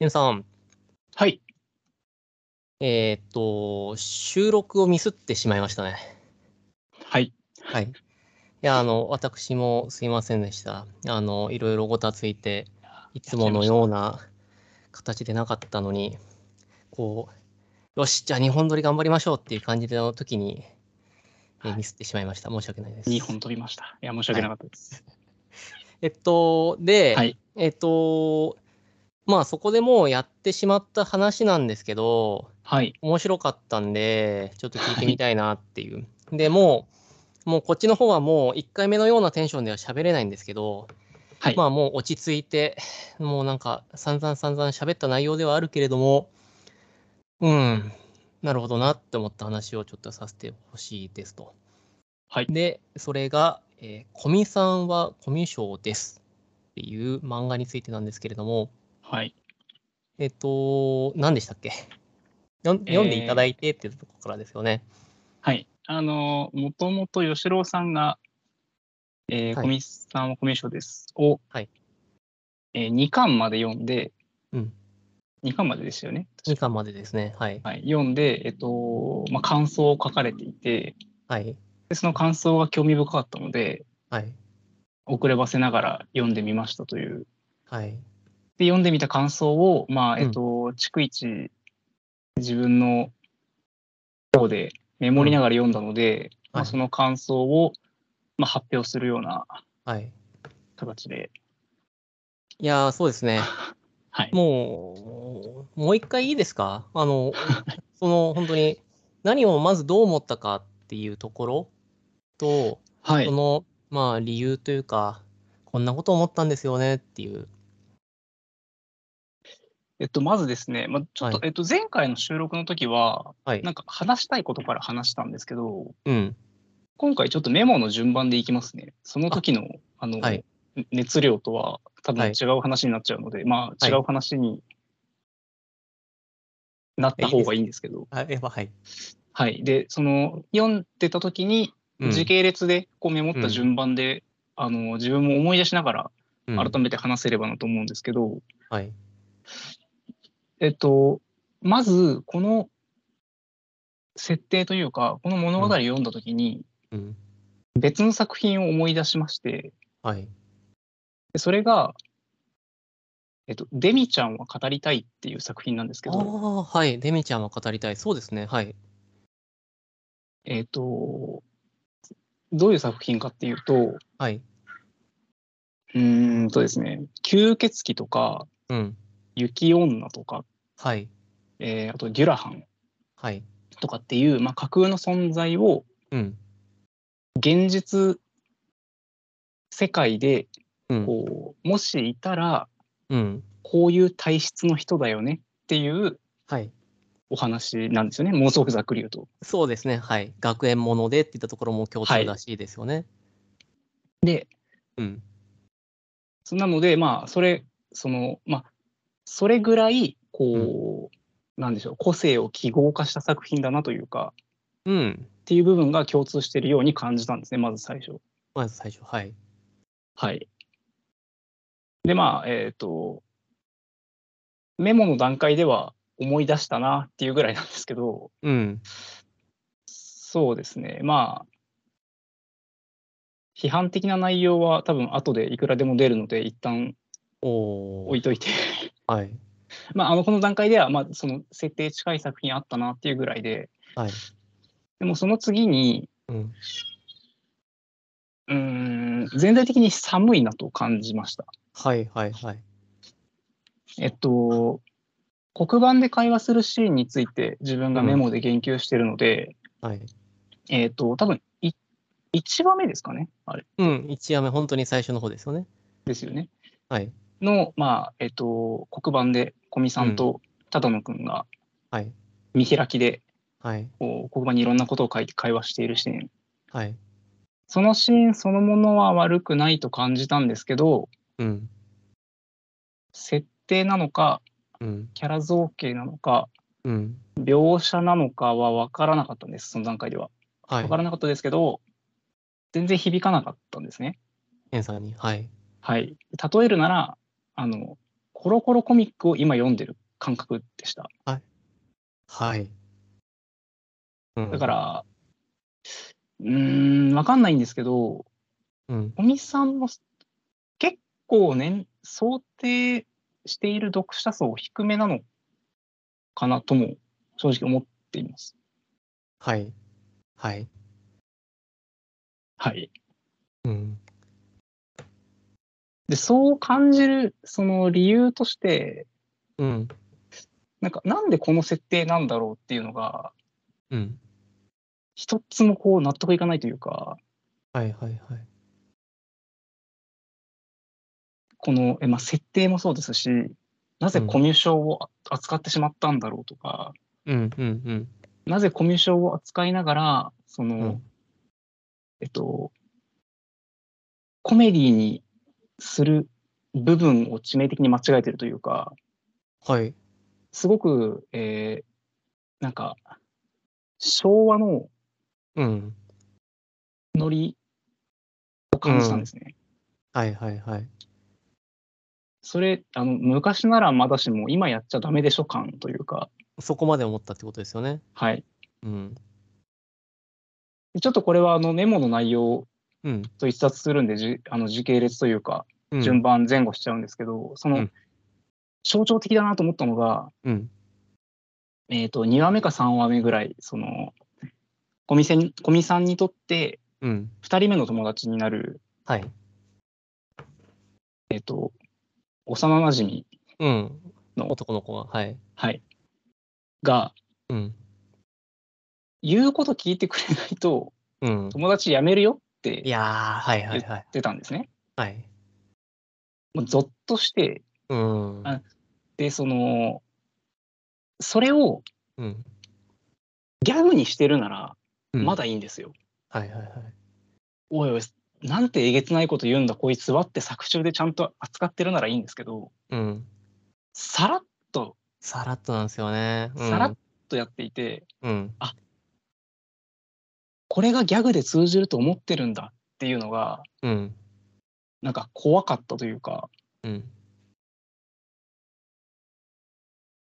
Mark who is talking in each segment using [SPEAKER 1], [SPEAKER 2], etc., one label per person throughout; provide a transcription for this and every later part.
[SPEAKER 1] ゆうさん、
[SPEAKER 2] はい。
[SPEAKER 1] えーっと、収録をミスってしまいましたね。
[SPEAKER 2] はい。
[SPEAKER 1] はい。いや、あの、私もすいませんでした。あの、いろいろごたついて、い
[SPEAKER 2] や
[SPEAKER 1] つ
[SPEAKER 2] っち
[SPEAKER 1] も
[SPEAKER 2] ゃいま
[SPEAKER 1] の
[SPEAKER 2] し
[SPEAKER 1] よう
[SPEAKER 2] た。
[SPEAKER 1] な形でなかったのに、こう、よし、じゃあ日本撮り頑張りましょうっていう感じの時に、えー
[SPEAKER 2] は
[SPEAKER 1] ミ
[SPEAKER 2] い。
[SPEAKER 1] スってしまいました。申し訳ないで
[SPEAKER 2] 2本
[SPEAKER 1] す。
[SPEAKER 2] 飛びました。いや、申し
[SPEAKER 1] は。
[SPEAKER 2] 訳ないかったです。
[SPEAKER 1] えっと、
[SPEAKER 2] は
[SPEAKER 1] で、
[SPEAKER 2] い。
[SPEAKER 1] えっと、まあそこでもうやってしまった話なんですけど、
[SPEAKER 2] はい。
[SPEAKER 1] 面白かったんで、ちょっと聞い
[SPEAKER 2] は
[SPEAKER 1] てみ
[SPEAKER 2] い。
[SPEAKER 1] たいなっていう。で、もう、もうこっちの方はもう1回目のようなテンションでは喋れないんですけど、
[SPEAKER 2] はい。
[SPEAKER 1] まあもう落ち着いて、もうなんか散々散々喋った内容ではあるけれども、うん、なるほどなって思った話をちょっとさせてほしいですと。
[SPEAKER 2] はい。
[SPEAKER 1] で、それが、えー、コミさんはコミュ障ですっていう漫画についてなんですけれども、
[SPEAKER 2] はい。
[SPEAKER 1] えっと、何でしたっけよん読んでいただ
[SPEAKER 2] え
[SPEAKER 1] いてっていうところからですよね。
[SPEAKER 2] ー、はい。あのー、もともと吉郎さんが、えー、
[SPEAKER 1] はい。
[SPEAKER 2] 小見さんは小見賞です。を、
[SPEAKER 1] はい。
[SPEAKER 2] え2巻まで読んで、
[SPEAKER 1] うん。
[SPEAKER 2] 2巻までですよね。
[SPEAKER 1] 2
[SPEAKER 2] 確か。
[SPEAKER 1] 巻までですね。はい。
[SPEAKER 2] はい。読んで、えっと、まあ、感想を書かれていて、
[SPEAKER 1] はい。
[SPEAKER 2] でその感想が興味深かったので、
[SPEAKER 1] はい。
[SPEAKER 2] 遅ればせながら読んでみましたという。
[SPEAKER 1] はい。
[SPEAKER 2] で、読んでみた感想を、まあ、
[SPEAKER 1] う
[SPEAKER 2] えっ
[SPEAKER 1] ん。
[SPEAKER 2] と、逐一自分のメ
[SPEAKER 1] う。
[SPEAKER 2] モりなんがら読んだので、まあ、
[SPEAKER 1] は
[SPEAKER 2] そ
[SPEAKER 1] い。
[SPEAKER 2] の感想を、まあ、発表するような
[SPEAKER 1] はい。
[SPEAKER 2] 形 で。
[SPEAKER 1] いやー、そうです ね。
[SPEAKER 2] はい。
[SPEAKER 1] もう、もう一回いいですかあ の、その、本当に、何をまずどう思ったかっていうところと、
[SPEAKER 2] は
[SPEAKER 1] そ
[SPEAKER 2] い。
[SPEAKER 1] の、まあ、理由というか、こんなこと思ったんですよねっていう。
[SPEAKER 2] えっと、まずですね、まあ、ちょっ
[SPEAKER 1] は
[SPEAKER 2] と、
[SPEAKER 1] い。
[SPEAKER 2] えっと、前回の収録の時は、
[SPEAKER 1] はい。
[SPEAKER 2] なんか話したいことから話したんですけど、
[SPEAKER 1] うん。
[SPEAKER 2] 今回ちょっとメモの順番でいきますね。その
[SPEAKER 1] あ、
[SPEAKER 2] 時の、
[SPEAKER 1] は
[SPEAKER 2] あの、
[SPEAKER 1] い。
[SPEAKER 2] 熱量とは多
[SPEAKER 1] はい。
[SPEAKER 2] 分違う話になっちゃうので、まあ、
[SPEAKER 1] は
[SPEAKER 2] 違
[SPEAKER 1] い。
[SPEAKER 2] う話になっ
[SPEAKER 1] え
[SPEAKER 2] た
[SPEAKER 1] いいで
[SPEAKER 2] 方が
[SPEAKER 1] す
[SPEAKER 2] いいん
[SPEAKER 1] か
[SPEAKER 2] ですけど、
[SPEAKER 1] あ、やっぱ、はい。
[SPEAKER 2] はい。で、その、読んでた時に、
[SPEAKER 1] う
[SPEAKER 2] 時
[SPEAKER 1] ん。
[SPEAKER 2] 系列で、こうメモっ
[SPEAKER 1] う
[SPEAKER 2] た
[SPEAKER 1] ん。
[SPEAKER 2] 順番で、あの、自分も思い出しなが
[SPEAKER 1] う
[SPEAKER 2] ら、
[SPEAKER 1] ん。
[SPEAKER 2] 改めて話せればなと思うんですけど、
[SPEAKER 1] はい。
[SPEAKER 2] えっと、まず、この設定というか、この物
[SPEAKER 1] う
[SPEAKER 2] 語を
[SPEAKER 1] ん。
[SPEAKER 2] 読んだ時に、
[SPEAKER 1] うん。
[SPEAKER 2] 別の作品を思い出しまして、
[SPEAKER 1] はい。
[SPEAKER 2] でそれが、えっと、デミちゃんは語りたいっていう作品なんですけ
[SPEAKER 1] あ
[SPEAKER 2] ど、
[SPEAKER 1] あ、はい。デミちゃんは語りたい。そうですね。はい。
[SPEAKER 2] えっと、どういう作品かっていうと、う
[SPEAKER 1] はい。
[SPEAKER 2] ーんとですね、吸血鬼とか、
[SPEAKER 1] うん。
[SPEAKER 2] 雪女とか、
[SPEAKER 1] はい。
[SPEAKER 2] えーあとデュラハン
[SPEAKER 1] はい。
[SPEAKER 2] とかっていう、まあ、架空の存在を
[SPEAKER 1] うん。
[SPEAKER 2] 現実世界で
[SPEAKER 1] うん。
[SPEAKER 2] こうもしいたら
[SPEAKER 1] うん。
[SPEAKER 2] こういう体質の人だよねっていう
[SPEAKER 1] はい。
[SPEAKER 2] お話なんですよねものすごくざっくり言うと。
[SPEAKER 1] そうですね。はい。学園ものでって言ったところも共
[SPEAKER 2] は
[SPEAKER 1] 通
[SPEAKER 2] い、
[SPEAKER 1] らしいですよね。
[SPEAKER 2] で
[SPEAKER 1] うん。
[SPEAKER 2] そなのでまあそれそのまあそれぐらい
[SPEAKER 1] うん。
[SPEAKER 2] こうなんでしょう個性を記号化した作品だなというか
[SPEAKER 1] うん。
[SPEAKER 2] っていう部分が共通しているように感じたんですねまず最初。
[SPEAKER 1] まず最初。はい。
[SPEAKER 2] はい、でまあえっ、とメモの段階では思い出したなっていうぐらいなんですけど、
[SPEAKER 1] うん。
[SPEAKER 2] そうですね。まあ、批判的な内容は多分後でいくらでも出るので、一旦
[SPEAKER 1] お
[SPEAKER 2] 置
[SPEAKER 1] ー。
[SPEAKER 2] いといて。
[SPEAKER 1] はい。
[SPEAKER 2] まあ、あの、この段階では、まあ、その設定近い作品あったなっていうぐらいで、
[SPEAKER 1] はい。
[SPEAKER 2] でもその次に、
[SPEAKER 1] うん。
[SPEAKER 2] うーん、全体的に寒いなと感じました。
[SPEAKER 1] はいはいはい。
[SPEAKER 2] えっと、黒板で会話するシーンについて自分
[SPEAKER 1] う
[SPEAKER 2] がメ
[SPEAKER 1] ん。
[SPEAKER 2] モで言及してるので、
[SPEAKER 1] はい。
[SPEAKER 2] えっと、多分い1話目ですかね、あれっ
[SPEAKER 1] う
[SPEAKER 2] て。
[SPEAKER 1] ん。一夜目、本当に最初の方ですよね。
[SPEAKER 2] ですよね。
[SPEAKER 1] はい。
[SPEAKER 2] の、まあ、えっと、黒板で、古見さ
[SPEAKER 1] うんん。
[SPEAKER 2] と只野くんが
[SPEAKER 1] はい。
[SPEAKER 2] 見開きで、
[SPEAKER 1] はい。
[SPEAKER 2] こう黒板にいろんなことを書いて会話しているシーン。
[SPEAKER 1] はい。
[SPEAKER 2] そのシーンそのものは悪くないと感じたんですけど、
[SPEAKER 1] うん。
[SPEAKER 2] 設定なのか、
[SPEAKER 1] うん。
[SPEAKER 2] キャラ造形なのか、
[SPEAKER 1] うん。
[SPEAKER 2] 描写なのかは分からなかったんです、その段階では。
[SPEAKER 1] は
[SPEAKER 2] 分
[SPEAKER 1] い。
[SPEAKER 2] からなかったですけど、全然響かなかったんですね。
[SPEAKER 1] ケンさんに。はい。
[SPEAKER 2] はい。例えるなら、あの、コロコロコミックを今読んでる感覚でした。
[SPEAKER 1] はい。うん
[SPEAKER 2] だか、ら、うーん、わかんないんですけど、
[SPEAKER 1] うん。
[SPEAKER 2] 尾身さんの結構ね、想定している読者層低めなのかなとも正直思っています。
[SPEAKER 1] はい。はい。
[SPEAKER 2] はい。
[SPEAKER 1] うん。
[SPEAKER 2] で、そう感じるその理由として、
[SPEAKER 1] うん。
[SPEAKER 2] なんかなんでこの設定なんだろうっていうのが、
[SPEAKER 1] うん。
[SPEAKER 2] 一つもこう納得いかないというか、
[SPEAKER 1] はいはいはい。
[SPEAKER 2] この、えまあ、設定もそうですし、なぜコミュ障を扱ってしまったんだろうとか、
[SPEAKER 1] うんうんうん。
[SPEAKER 2] なぜコミュ障を扱いながら、その、
[SPEAKER 1] うん
[SPEAKER 2] えっと、コメディにする部分を致命的に間違えてるというか、
[SPEAKER 1] はい。
[SPEAKER 2] すごく、えーなんか、昭和の
[SPEAKER 1] うん。
[SPEAKER 2] ノリを感じたんですね。
[SPEAKER 1] はいはいはい。
[SPEAKER 2] それあの、昔ならまだしも、今やっちゃダメでしょ感というか、
[SPEAKER 1] そこまで思ったってことですよね。
[SPEAKER 2] はい。
[SPEAKER 1] うん。
[SPEAKER 2] ちょっとこれはあのメモの内容
[SPEAKER 1] うん。
[SPEAKER 2] と一冊するんで、じあの時系列というか、
[SPEAKER 1] うん
[SPEAKER 2] 順番前後しちゃうんですけど、その、
[SPEAKER 1] うん
[SPEAKER 2] 象徴的だなと思ったのが、
[SPEAKER 1] うん。
[SPEAKER 2] えー、と2話目か3話目ぐらいその小見せん小見さんにとって
[SPEAKER 1] うん。
[SPEAKER 2] 2人目の友達になる
[SPEAKER 1] はい。
[SPEAKER 2] 幼なじみ、
[SPEAKER 1] うん。
[SPEAKER 2] の
[SPEAKER 1] 男の子が。はい。
[SPEAKER 2] はい、が
[SPEAKER 1] うん。
[SPEAKER 2] 言うこと聞いてくれないと
[SPEAKER 1] うん。
[SPEAKER 2] 友達辞めるよっ
[SPEAKER 1] い
[SPEAKER 2] て
[SPEAKER 1] やー、はいはいはい。
[SPEAKER 2] 出たんですね。
[SPEAKER 1] はい。
[SPEAKER 2] もうゾッとして
[SPEAKER 1] うん。
[SPEAKER 2] あでそのそれを
[SPEAKER 1] うん。
[SPEAKER 2] ギャグにしてるなら
[SPEAKER 1] うん
[SPEAKER 2] ま。だいいんですよ。
[SPEAKER 1] はいはいはい。
[SPEAKER 2] おいおいなんてえげつないこと言うんだこいつはって作中でちゃんと扱ってるならいいんですけど
[SPEAKER 1] うん。
[SPEAKER 2] さらっと
[SPEAKER 1] さらっとなんですよね。うん
[SPEAKER 2] さらっとやっていて。
[SPEAKER 1] うん。
[SPEAKER 2] これがギャグで通じると思ってるんだっていうのが
[SPEAKER 1] うん。
[SPEAKER 2] なんか怖かったというか
[SPEAKER 1] うん。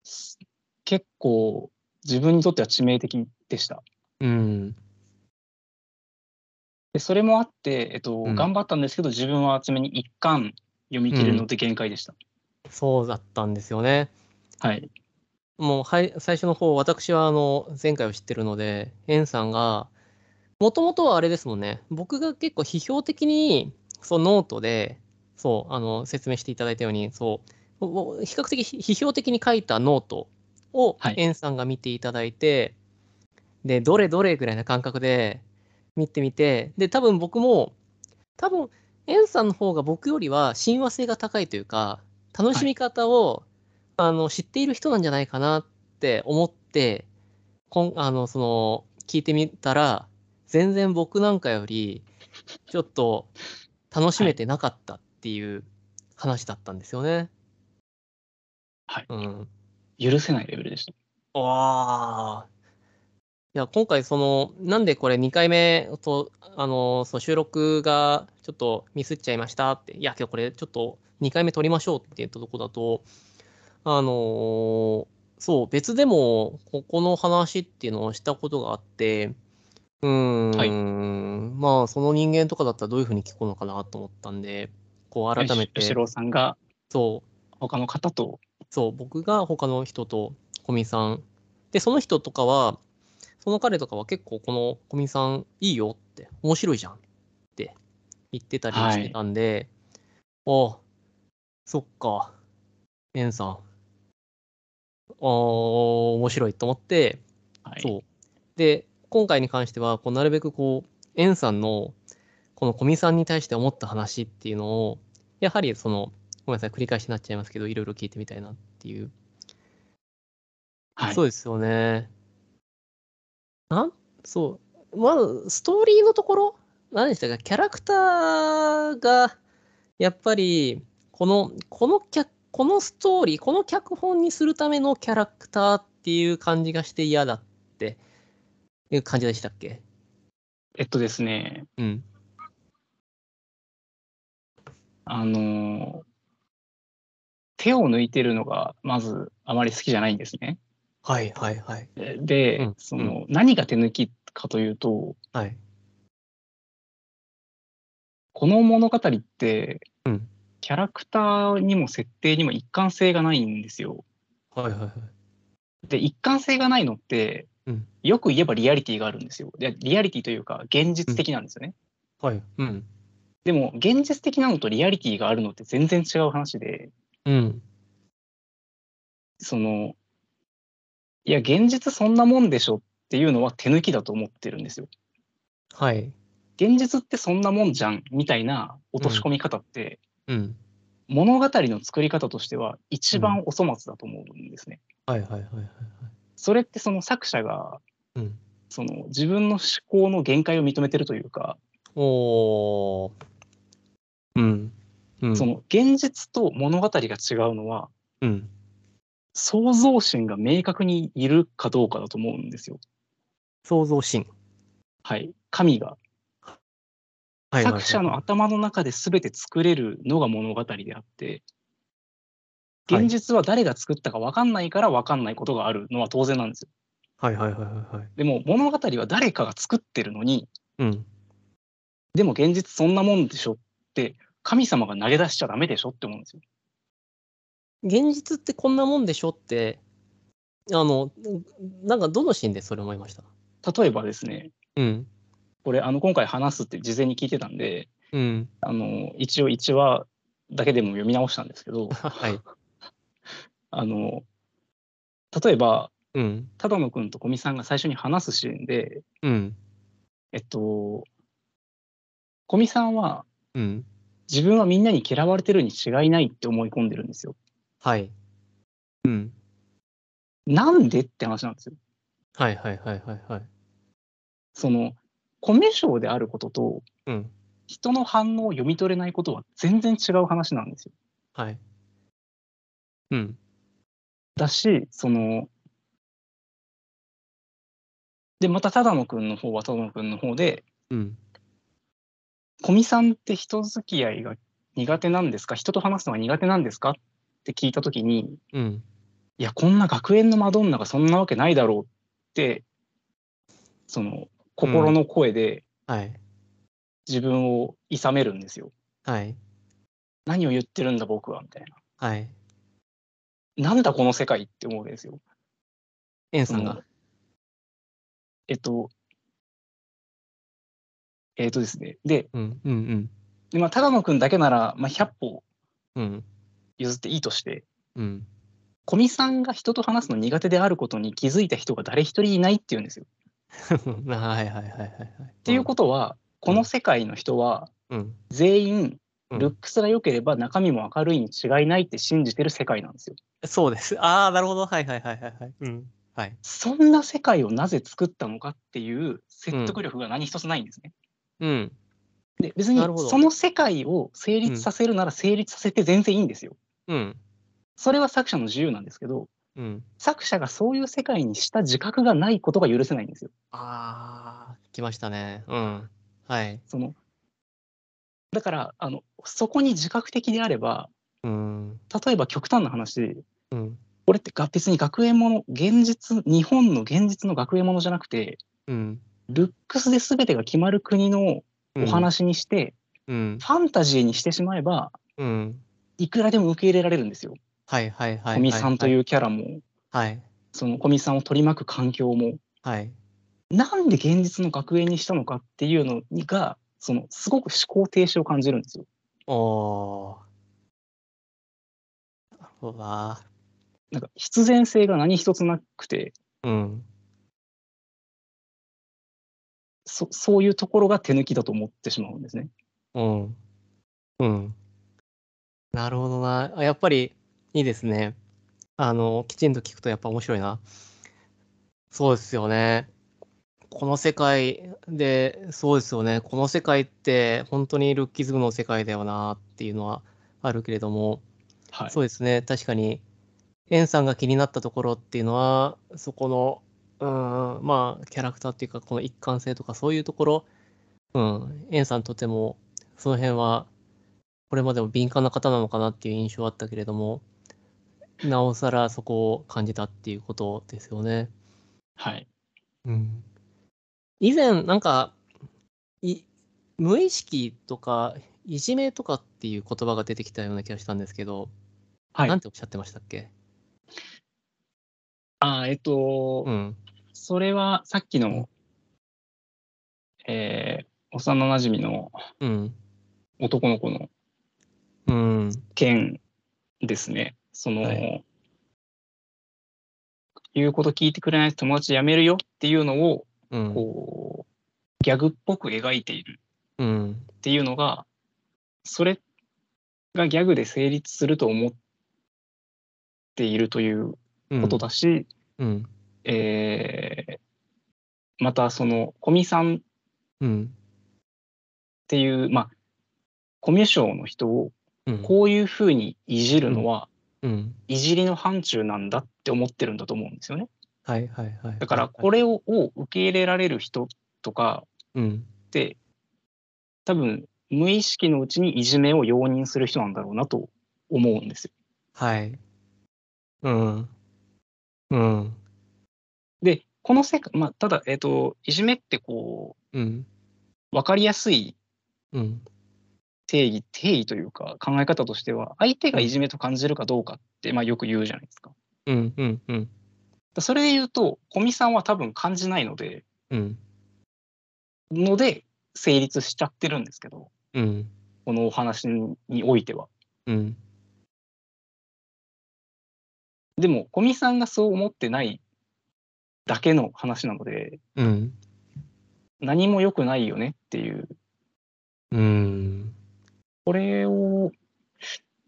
[SPEAKER 2] す結構自分にとっては致命的でした。
[SPEAKER 1] うん。
[SPEAKER 2] でそれもあって、えっと
[SPEAKER 1] うん
[SPEAKER 2] 頑張ったんですけど自分はちなみに一巻読み切るので限界でした。
[SPEAKER 1] そうだったんですよね。
[SPEAKER 2] はい
[SPEAKER 1] もうはい最初の方私はあの前回を知ってるのでエンさんがもともとはあれですもんね僕が結構批評的にそうノートでそうあの説明していただいたようにそうおお比較的ひ批評的に書いたノートを
[SPEAKER 2] はい
[SPEAKER 1] エンさんが見ていただいて、でどれどれぐらいな感覚で見てみてで多分僕も多分エンさんの方が僕よりは親和性が高いというか楽しみ方を、あの知っている人なんじゃないかなって思ってこんあのその聞いてみたら全然僕なんかよりちょっと楽しめてなかったっていう話だったんですよね。
[SPEAKER 2] はい
[SPEAKER 1] うん、
[SPEAKER 2] 許せないレベルでした。
[SPEAKER 1] ああ。いや、今回、その、なんでこれ2回目と、あの、そう収録がちょっとミスっちゃいましたって、いや、けどこれちょっと2回目撮りましょうって言ったとこだと、あのーそう、別でも、ここの話っていうのをしたことがあって、うーん、
[SPEAKER 2] はい
[SPEAKER 1] まあ、その人間とかだったらどういうふうに聞くのかなと思ったんで、こう、改めて、
[SPEAKER 2] 吉郎さんが
[SPEAKER 1] そう、
[SPEAKER 2] 他の方と
[SPEAKER 1] そう、僕が他の人と古見さん。で、その人とかは、その彼とかは結構この古見さんいいよって、面白いじゃんって言ってたりしてたんで、ああ、そっか、エンさん。ああ、面白いと思って、
[SPEAKER 2] はい
[SPEAKER 1] そう。で、今回に関しては、こうなるべくこう、エンさんの、この古見さんに対して思った話っていうのを、やはりその、ごめんなさい、繰り返しになっちゃいますけど、いろいろ聞いてみたいなっていう。
[SPEAKER 2] はい
[SPEAKER 1] そうですよね。なんそう。まず、ストーリーのところ何でしたかキャラクターが、やっぱり、この、この脚、このストーリー、この脚本にするためのキャラクターっていう感じがして嫌だっていう感じでしたっけ
[SPEAKER 2] えっとですね
[SPEAKER 1] うん。
[SPEAKER 2] あのー手を抜いてるのが、まずあまり好きじゃないんですね。
[SPEAKER 1] はいはいはい。
[SPEAKER 2] で、
[SPEAKER 1] うん
[SPEAKER 2] その、何が手抜きかというと、
[SPEAKER 1] はい。
[SPEAKER 2] この物語って、
[SPEAKER 1] うん
[SPEAKER 2] キャラクターにも設定にも一貫性がないんですよ。
[SPEAKER 1] はいはいはい。
[SPEAKER 2] で、一貫性がないのって、
[SPEAKER 1] うん
[SPEAKER 2] よく言えばリアリティがあるんですよ。でリアリティというか、現実的なんですよね。
[SPEAKER 1] はい。うん。
[SPEAKER 2] でも、現実的なのとリアリティがあるのって全然違う話で、
[SPEAKER 1] うん。
[SPEAKER 2] その、いや、現実そんなもんでしょっていうのは手抜きだと思ってるんですよ。
[SPEAKER 1] はい。
[SPEAKER 2] 現実ってそんなもんじゃんみたいな落とし込み方って、
[SPEAKER 1] うん。
[SPEAKER 2] 物語の作り方としては一番お粗末だと思うんですね。
[SPEAKER 1] はいはいはいはいはい。
[SPEAKER 2] それってその作者が
[SPEAKER 1] うん。
[SPEAKER 2] その自分の思考の限界を認めてるというか、
[SPEAKER 1] おー。うん。うん。
[SPEAKER 2] その現実と物語が違うのは
[SPEAKER 1] うん。
[SPEAKER 2] 創造心が明確にいるかどうかだと思うんですよ。
[SPEAKER 1] 創造心。
[SPEAKER 2] はい、神が
[SPEAKER 1] はいはいはい
[SPEAKER 2] 作者の頭の中で全て作れるのが物語であって
[SPEAKER 1] はい
[SPEAKER 2] 現実は誰が作ったか分かんないから分かんないことがあるのは当然なんですよ。
[SPEAKER 1] はいはいはいはいはい。
[SPEAKER 2] でも物語は誰かが作ってるのに
[SPEAKER 1] うん。
[SPEAKER 2] でも現実そんなもんでしょって神様が投げ出しちゃダメでしょって思うんですよ。
[SPEAKER 1] 現実ってこんなもんでしょって、あの、なんかどのシーンでそれ思いました
[SPEAKER 2] 例えばですね
[SPEAKER 1] うん。
[SPEAKER 2] これあの今回話すって事前に聞いてたんで
[SPEAKER 1] うん。
[SPEAKER 2] あの一応1話だけでも読み直したんです けど
[SPEAKER 1] はい。
[SPEAKER 2] あの例えば
[SPEAKER 1] うん。
[SPEAKER 2] 只野くんと古見さんが最初に話すシーンで
[SPEAKER 1] うん。
[SPEAKER 2] えっと、古見さんは
[SPEAKER 1] うん。
[SPEAKER 2] 自分はみんなに嫌われてるに違いないって思い込んでるんですよ。
[SPEAKER 1] はい。うん。
[SPEAKER 2] なんでって話なんですよ。
[SPEAKER 1] はいはいはいはいはい。
[SPEAKER 2] その、コミュ障であることと
[SPEAKER 1] うん。
[SPEAKER 2] 人の反応を読み取れないことは全然違う話なんですよ。
[SPEAKER 1] はい。うん。
[SPEAKER 2] だし、その、で、また只野くんの方は只野くんの方で、
[SPEAKER 1] うん。
[SPEAKER 2] 古見さんって人付き合いが苦手なんですか人と話すのが苦手なんですかって聞いたときに、
[SPEAKER 1] うん。
[SPEAKER 2] いや、こんな学園のマドンナがそんなわけないだろうって、その、心の声で
[SPEAKER 1] はい。
[SPEAKER 2] 自分を諌めるんですよ。
[SPEAKER 1] はい。
[SPEAKER 2] 何を言ってるんだ、僕は、みたい
[SPEAKER 1] はい。
[SPEAKER 2] な。なんだ、この世界って思うんですよ。
[SPEAKER 1] エンさん
[SPEAKER 2] そ
[SPEAKER 1] が
[SPEAKER 2] の。えっと、えっとですね。で、
[SPEAKER 1] うん。うん。
[SPEAKER 2] でまあ、高野くんだけなら、まあ、100歩
[SPEAKER 1] うん。うん。
[SPEAKER 2] 譲っていいとして、
[SPEAKER 1] うん。
[SPEAKER 2] 古見さんが人と話すの苦手であることに気づいた人が誰一人いないっていうんですよ。
[SPEAKER 1] はいはいはいはいはい。っ
[SPEAKER 2] っていうことは、この世界の人は
[SPEAKER 1] とうん。
[SPEAKER 2] 全員
[SPEAKER 1] うん
[SPEAKER 2] ルックスが良ければ中身も明るいに違いないって信じてる世界なんですよ。
[SPEAKER 1] そうです。 ああ、なるほど。はいはいはいはいはい。うん。はい。
[SPEAKER 2] そんな世界をなぜ作ったのかっていう説得力が何一つないんですね。
[SPEAKER 1] うん。
[SPEAKER 2] で別に
[SPEAKER 1] なるほど
[SPEAKER 2] その世界を成立させるなら成立させて全然いいんですよ。
[SPEAKER 1] うん。
[SPEAKER 2] それは作者の自由なんですけど
[SPEAKER 1] うん。
[SPEAKER 2] 作者がそういう世界にした自覚がないことが許せないんですよ。
[SPEAKER 1] ああ、来ましたね。うん。はい。
[SPEAKER 2] そのだからあのそこに自覚的であれば
[SPEAKER 1] うん。
[SPEAKER 2] 例えば極端な話
[SPEAKER 1] うん。
[SPEAKER 2] これってが別に学園もの現実日本の現実の学園ものじゃなくて
[SPEAKER 1] うん。
[SPEAKER 2] ルックスで全てが決まる国の
[SPEAKER 1] うん
[SPEAKER 2] お。話にして、
[SPEAKER 1] うん。
[SPEAKER 2] ファンタジーにしてしまえば
[SPEAKER 1] うん。
[SPEAKER 2] いくらでも受け入れられるんですよ。
[SPEAKER 1] はいはいはい。。
[SPEAKER 2] 古見さんといううキャラも、
[SPEAKER 1] はい。
[SPEAKER 2] その古見さんを取り巻く環境も
[SPEAKER 1] はい。
[SPEAKER 2] なんで現実の学園にしたのかっていうのがそのすごく思考停止を感じるんですよ。
[SPEAKER 1] おー。なるほどな。
[SPEAKER 2] なんか必然性が何一つなくて
[SPEAKER 1] うん。
[SPEAKER 2] そそういうところが手抜きだと思ってしまうんですね。
[SPEAKER 1] うん。うん。なるほどな。あやっぱりいいですね。あの、きちんと聞くとやっぱ面白いな。そうですよね。この世界で、そうですよね。この世界って本当にルッキズムの世界だよなっていうのはあるけれども、
[SPEAKER 2] はい、
[SPEAKER 1] そうですね。確かに、エンさんが気になったところっていうのは、そこの、うん、まあ、キャラクターっていうか、この一貫性とか、そういうところ、うん、エンさんとても、その辺は、これまでも敏感な方なのかなっていう印象はあったけれども、なおさらそこを感じたっていうことですよね。
[SPEAKER 2] はい。
[SPEAKER 1] うん、以前なんかい無意識とかいじめとかっていう言葉が出てきたような気がしたんですけど、
[SPEAKER 2] はい
[SPEAKER 1] なんておっしゃってましたっけ、
[SPEAKER 2] あーえっと、
[SPEAKER 1] うん、
[SPEAKER 2] それはさっきの、えー幼なじみの
[SPEAKER 1] うん、
[SPEAKER 2] 男の子の
[SPEAKER 1] うん、
[SPEAKER 2] 件ですね。その、
[SPEAKER 1] は
[SPEAKER 2] 言うこと聞いてくれないと友達辞めるよっていうのを、
[SPEAKER 1] うん、
[SPEAKER 2] こう、ギャグっぽく描いている
[SPEAKER 1] うん、
[SPEAKER 2] っていうのが、それがギャグで成立すると思っているという
[SPEAKER 1] うん
[SPEAKER 2] ことだし、
[SPEAKER 1] うん、
[SPEAKER 2] えーまたその古見さんっ
[SPEAKER 1] うん、
[SPEAKER 2] ていう、まあ、コミュ障の人を
[SPEAKER 1] うん、
[SPEAKER 2] こういうふうにいじるのは、
[SPEAKER 1] うん、
[SPEAKER 2] いじりの範疇なんだって思ってるんだと思うんですよね。
[SPEAKER 1] はいはいはい。
[SPEAKER 2] だからこ
[SPEAKER 1] れ、
[SPEAKER 2] れをを受け入れられる人とか
[SPEAKER 1] うん、
[SPEAKER 2] って多分無意識のうちにいじめを容認する人なんだろうなと思うんですよ。
[SPEAKER 1] はい。うん、うん、
[SPEAKER 2] でこの世界、まあ、ただ、えっといじめってこ
[SPEAKER 1] うん、
[SPEAKER 2] う分かりやすい
[SPEAKER 1] うん、
[SPEAKER 2] 定義定義というか考え方としては相手がいじめと感じるかどうかって、まあ、よく言うじゃないですか。
[SPEAKER 1] うん、うん、うん、
[SPEAKER 2] だそれで言うと古見さんは多分感じないので
[SPEAKER 1] うん、
[SPEAKER 2] ので成立しちゃってるんですけど
[SPEAKER 1] うん、
[SPEAKER 2] このお話においては。
[SPEAKER 1] うん、
[SPEAKER 2] でも古見さんがそう思ってないだけの話なので
[SPEAKER 1] うん、
[SPEAKER 2] 何も良くないよねっていう
[SPEAKER 1] うん。
[SPEAKER 2] これを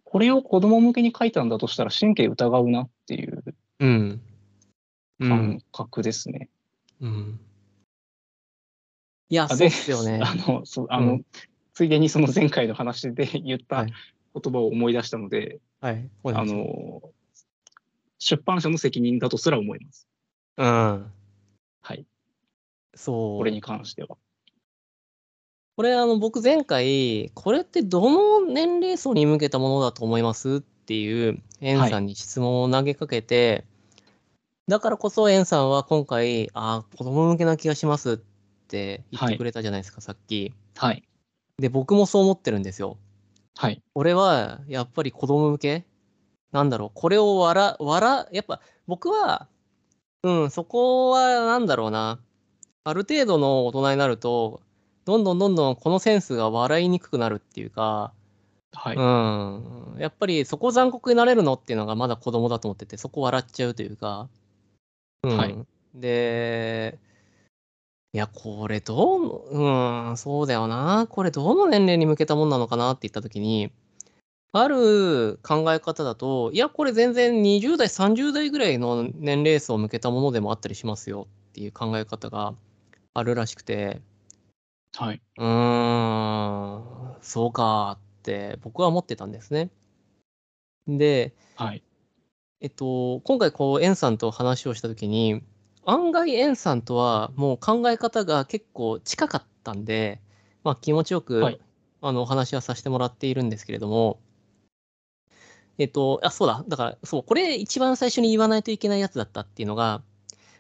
[SPEAKER 2] これを子供向けに書いたんだとしたら神経疑うなっていう
[SPEAKER 1] うん。う
[SPEAKER 2] 感
[SPEAKER 1] ん。
[SPEAKER 2] 覚ですね。
[SPEAKER 1] うん。いや、
[SPEAKER 2] あ
[SPEAKER 1] そう
[SPEAKER 2] で
[SPEAKER 1] ですよね。
[SPEAKER 2] あの、そう、あ
[SPEAKER 1] う
[SPEAKER 2] の、
[SPEAKER 1] ん
[SPEAKER 2] ついでにその前回の話で言った
[SPEAKER 1] はい
[SPEAKER 2] 言葉を思い出したので、
[SPEAKER 1] はい。
[SPEAKER 2] あの、出版社の責任だとすら思います。
[SPEAKER 1] の、うん。
[SPEAKER 2] はい。
[SPEAKER 1] そう。
[SPEAKER 2] これに関しては。
[SPEAKER 1] これ、あの、僕前回、これってどの年齢層に向けたものだと思いますっていう、エンさんに質問を投げかけて、だからこそエンさんは今回、ああ、子供向けな気がしますって言ってくれたじゃないですか、さっき。
[SPEAKER 2] はい。
[SPEAKER 1] で、僕もそう思ってるんですよ。
[SPEAKER 2] はい。
[SPEAKER 1] 俺はやっぱり子供向けなんだろうこれを笑笑やっぱ僕はうんそこはなんだろうなある程度の大人になるとどんどんどんどんこのセンスが笑いにくくなるっていうか、
[SPEAKER 2] はい。
[SPEAKER 1] うんやっぱりそこ残酷になれるのっていうのがまだ子供だと思っててそこ笑っちゃうというか、うん
[SPEAKER 2] はい
[SPEAKER 1] でいやこれどううんそうだよなこれどの年齢に向けたもんなのかなって言った時にある考え方だといやこれ全然20代30代ぐらいの年齢層を向けたものでもあったりしますよっていう考え方があるらしくて。
[SPEAKER 2] はい。
[SPEAKER 1] うーん、そうかって僕は思ってたんですね。で、
[SPEAKER 2] はい。
[SPEAKER 1] えっと、今回こう、エンさんと話をしたときに、案外エンさんとはもう考え方が結構近かったんで、まあ気持ちよく、
[SPEAKER 2] はい
[SPEAKER 1] あの、お話はさせてもらっているんですけれども、えっと、あ、そうだ、だから、そう、これ一番最初に言わないといけないやつだったっていうのが、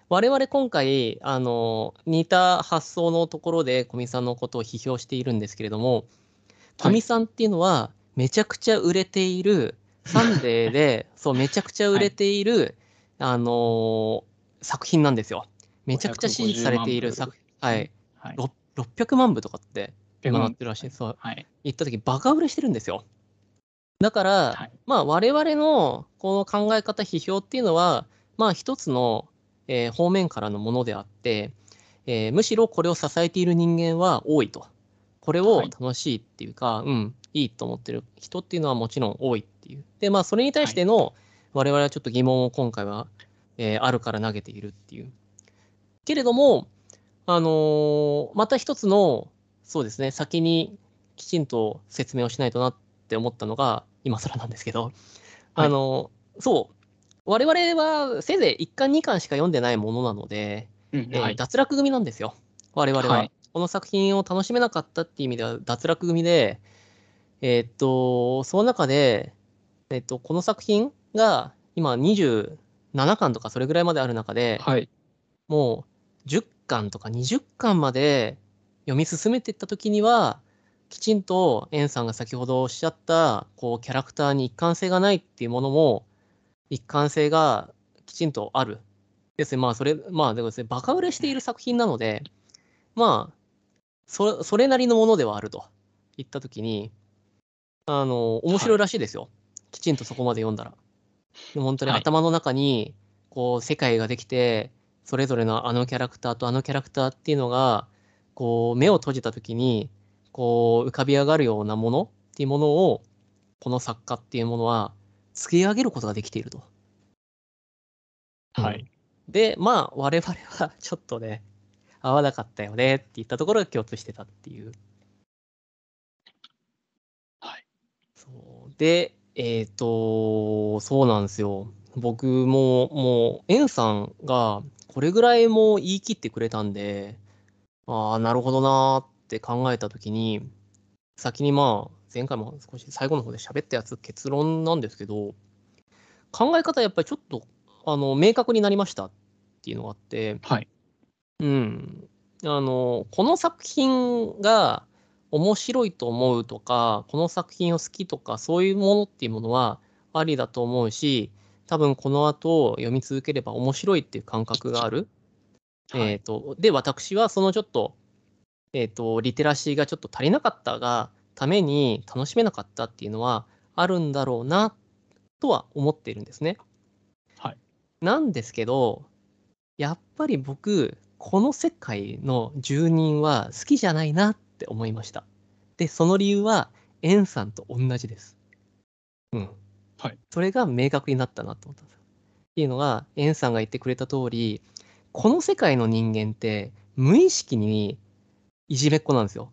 [SPEAKER 1] 我々今回、あの、似た発想のところで、古見さんのことを批評しているんですけれども、
[SPEAKER 2] は
[SPEAKER 1] 古見
[SPEAKER 2] い。
[SPEAKER 1] さんっていうのは、めちゃくちゃ売れている、サンデー で、そう、めちゃくちゃ売れている、あのー作品なんですよ。めちゃくちゃ支持されている作品。はい。
[SPEAKER 2] はい。
[SPEAKER 1] ろ600万部とかって、今なってるらしい
[SPEAKER 2] は
[SPEAKER 1] です。そう
[SPEAKER 2] い。
[SPEAKER 1] 行った時、バカ売れしてるんですよ。だから、
[SPEAKER 2] はい。
[SPEAKER 1] まあ我々のこの考え方批評っていうのはまあ一つの、えー方面からのものであって、えーむしろこれを支えている人間は多いとこれを
[SPEAKER 2] はい
[SPEAKER 1] 楽しいっていうか、うんいいと思ってる人っていうのはもちろん多いっていうでまあそれに対しての我々はちょっと疑問を今回は、えーあるから投げているっていうけれどもあのーまた一つのそうですね先にきちんと説明をしないとなって思ったのが今更なんですけど、
[SPEAKER 2] はい
[SPEAKER 1] あのそう我々はせいぜい1巻2巻しか読んでないものなので、
[SPEAKER 2] うん
[SPEAKER 1] えー
[SPEAKER 2] はい。
[SPEAKER 1] 脱落組なんですよ我々は、
[SPEAKER 2] はい
[SPEAKER 1] この作品を楽しめなかったっていう意味では脱落組でえーっとその中で、えっとこの作品が今27巻とかそれぐらいまである中で、
[SPEAKER 2] はい。
[SPEAKER 1] もう10巻とか20巻まで読み進めていった時にはきちんとエンさんが先ほどおっしゃったこうキャラクターに一貫性がないっていうものも一貫性がきちんとあるですねまあそれまあでもですねバカ売れしている作品なのでまあそそれなりのものではあると言った時にあの面白いらしいですよ、きちんとそこまで読んだら。でも本当に
[SPEAKER 2] はい
[SPEAKER 1] 頭の中にこう世界ができてそれぞれのあのキャラクターとあのキャラクターっていうのがこう目を閉じた時にこう浮かび上がるようなものっていうものをこの作家っていうものは突き上げることができていると。
[SPEAKER 2] はい。
[SPEAKER 1] でまあ我々はちょっとね合わなかったよねって言ったところが共通してたっていう。
[SPEAKER 2] はい。
[SPEAKER 1] そうでえっ、とそうなんですよ。僕ももうエンさんがこれぐらいもう言い切ってくれたんでああなるほどなーって考えた時に先にまあ前回も少し最後の方で喋ったやつ結論なんですけど考え方やっぱりちょっとあの明確になりましたっていうのがあって。
[SPEAKER 2] はい。
[SPEAKER 1] うん、あのこの作品が面白いと思うとかこの作品を好きとかそういうものっていうものはありだと思うし多分この後読み続ければ面白いっていう感覚がある。
[SPEAKER 2] は
[SPEAKER 1] えー
[SPEAKER 2] い。
[SPEAKER 1] とで私はそのちょっと,、えー、とリテラシーがちょっと足りなかったがために楽しめなかったっていうのはあるんだろうなとは思っているんですね。
[SPEAKER 2] はい
[SPEAKER 1] なんですけどやっぱり僕この世界の住人は好きじゃないなって思いました。でその理由はエンさんと同じです。うん
[SPEAKER 2] はい
[SPEAKER 1] それが明確になったなと思ったんですよ。っていうのがエンさんが言ってくれた通りこの世界の人間って無意識にいじめっ子なんですよ。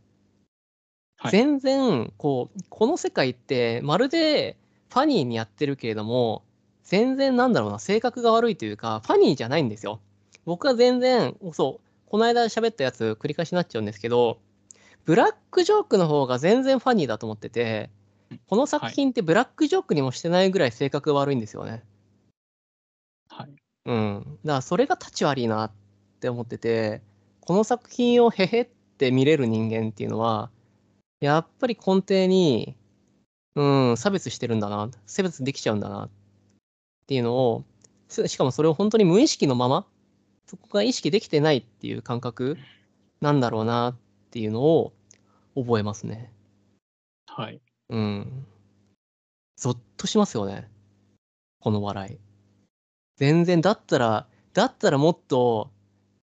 [SPEAKER 2] はい
[SPEAKER 1] 全然こうこの世界ってまるでファニーにやってるけれども全然なんだろうな性格が悪いというかファニーじゃないんですよ。僕は全然そうこの間喋ったやつ繰り返しになっちゃうんですけどブラックジョークの方が全然ファニーだと思っててこの作品ってブラックジョークにもしてないぐらい性格が悪いんですよね。
[SPEAKER 2] はい。
[SPEAKER 1] うん、だからそれが立ち悪いなって思っててこの作品をへへって見れる人間っていうのはやっぱり根底に、うん、差別してるんだな差別できちゃうんだなっていうのをすしかもそれを本当に無意識のままそこが意識できてないっていう感覚なんだろうなっていうのを覚えますね。
[SPEAKER 2] はい。
[SPEAKER 1] うん。ゾッとしますよね。この笑い。全然、だったら、だったらもっと、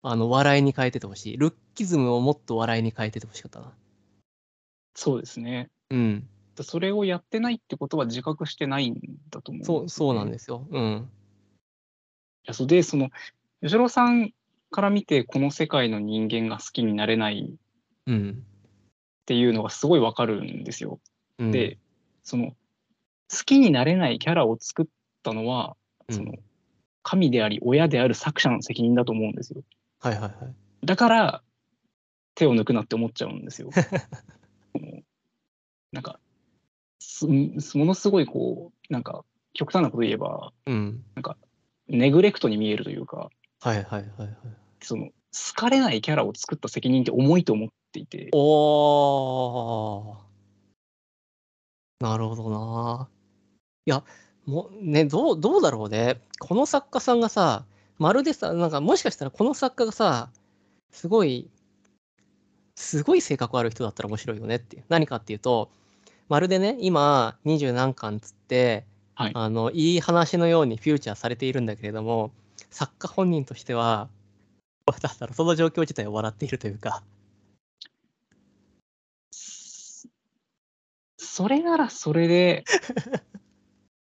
[SPEAKER 1] あの、笑いに変えててほしい。ルッキズムをもっと笑いに変えててほしかったな。
[SPEAKER 2] そうですね。
[SPEAKER 1] うん。
[SPEAKER 2] それをやってないってことは自覚してないんだと思う。
[SPEAKER 1] そう、そうなん
[SPEAKER 2] すよね。
[SPEAKER 1] ですよ。うん。
[SPEAKER 2] いやそうで、その、吉郎さんから見て、この世界の人間が好きになれないっ
[SPEAKER 1] うん。
[SPEAKER 2] ていうのがすごいわかるんですよ。
[SPEAKER 1] うん、
[SPEAKER 2] で、その、好きになれないキャラを作ったのは、
[SPEAKER 1] うん
[SPEAKER 2] その、神であり、親である作者の責任だと思うんですよ。
[SPEAKER 1] はいはいはい。
[SPEAKER 2] だから、手を抜くなって思っちゃうんですよ。そのなんか、すものすごいこう、なんか、極端なこと言えば、
[SPEAKER 1] うん。
[SPEAKER 2] ネグレクトに見えるというか、
[SPEAKER 1] はいはいはいはい。
[SPEAKER 2] その、好かれないキャラを作った責任って重いと思っていて、
[SPEAKER 1] おー。なるほどな。いや、もうね、どう、どうだろうね。この作家さんがさ、まるでさ、なんかもしかしたらこの作家がさ、すごい、すごい性格悪い人だったら面白いよねっていう。何かっていうと、まるでね、今、二十何巻つって、
[SPEAKER 2] はい
[SPEAKER 1] あの、いい話のようにフューチャーされているんだけれども、作家本人としては、 なんだろうその状況自体を笑っているというか。
[SPEAKER 2] それならそれで、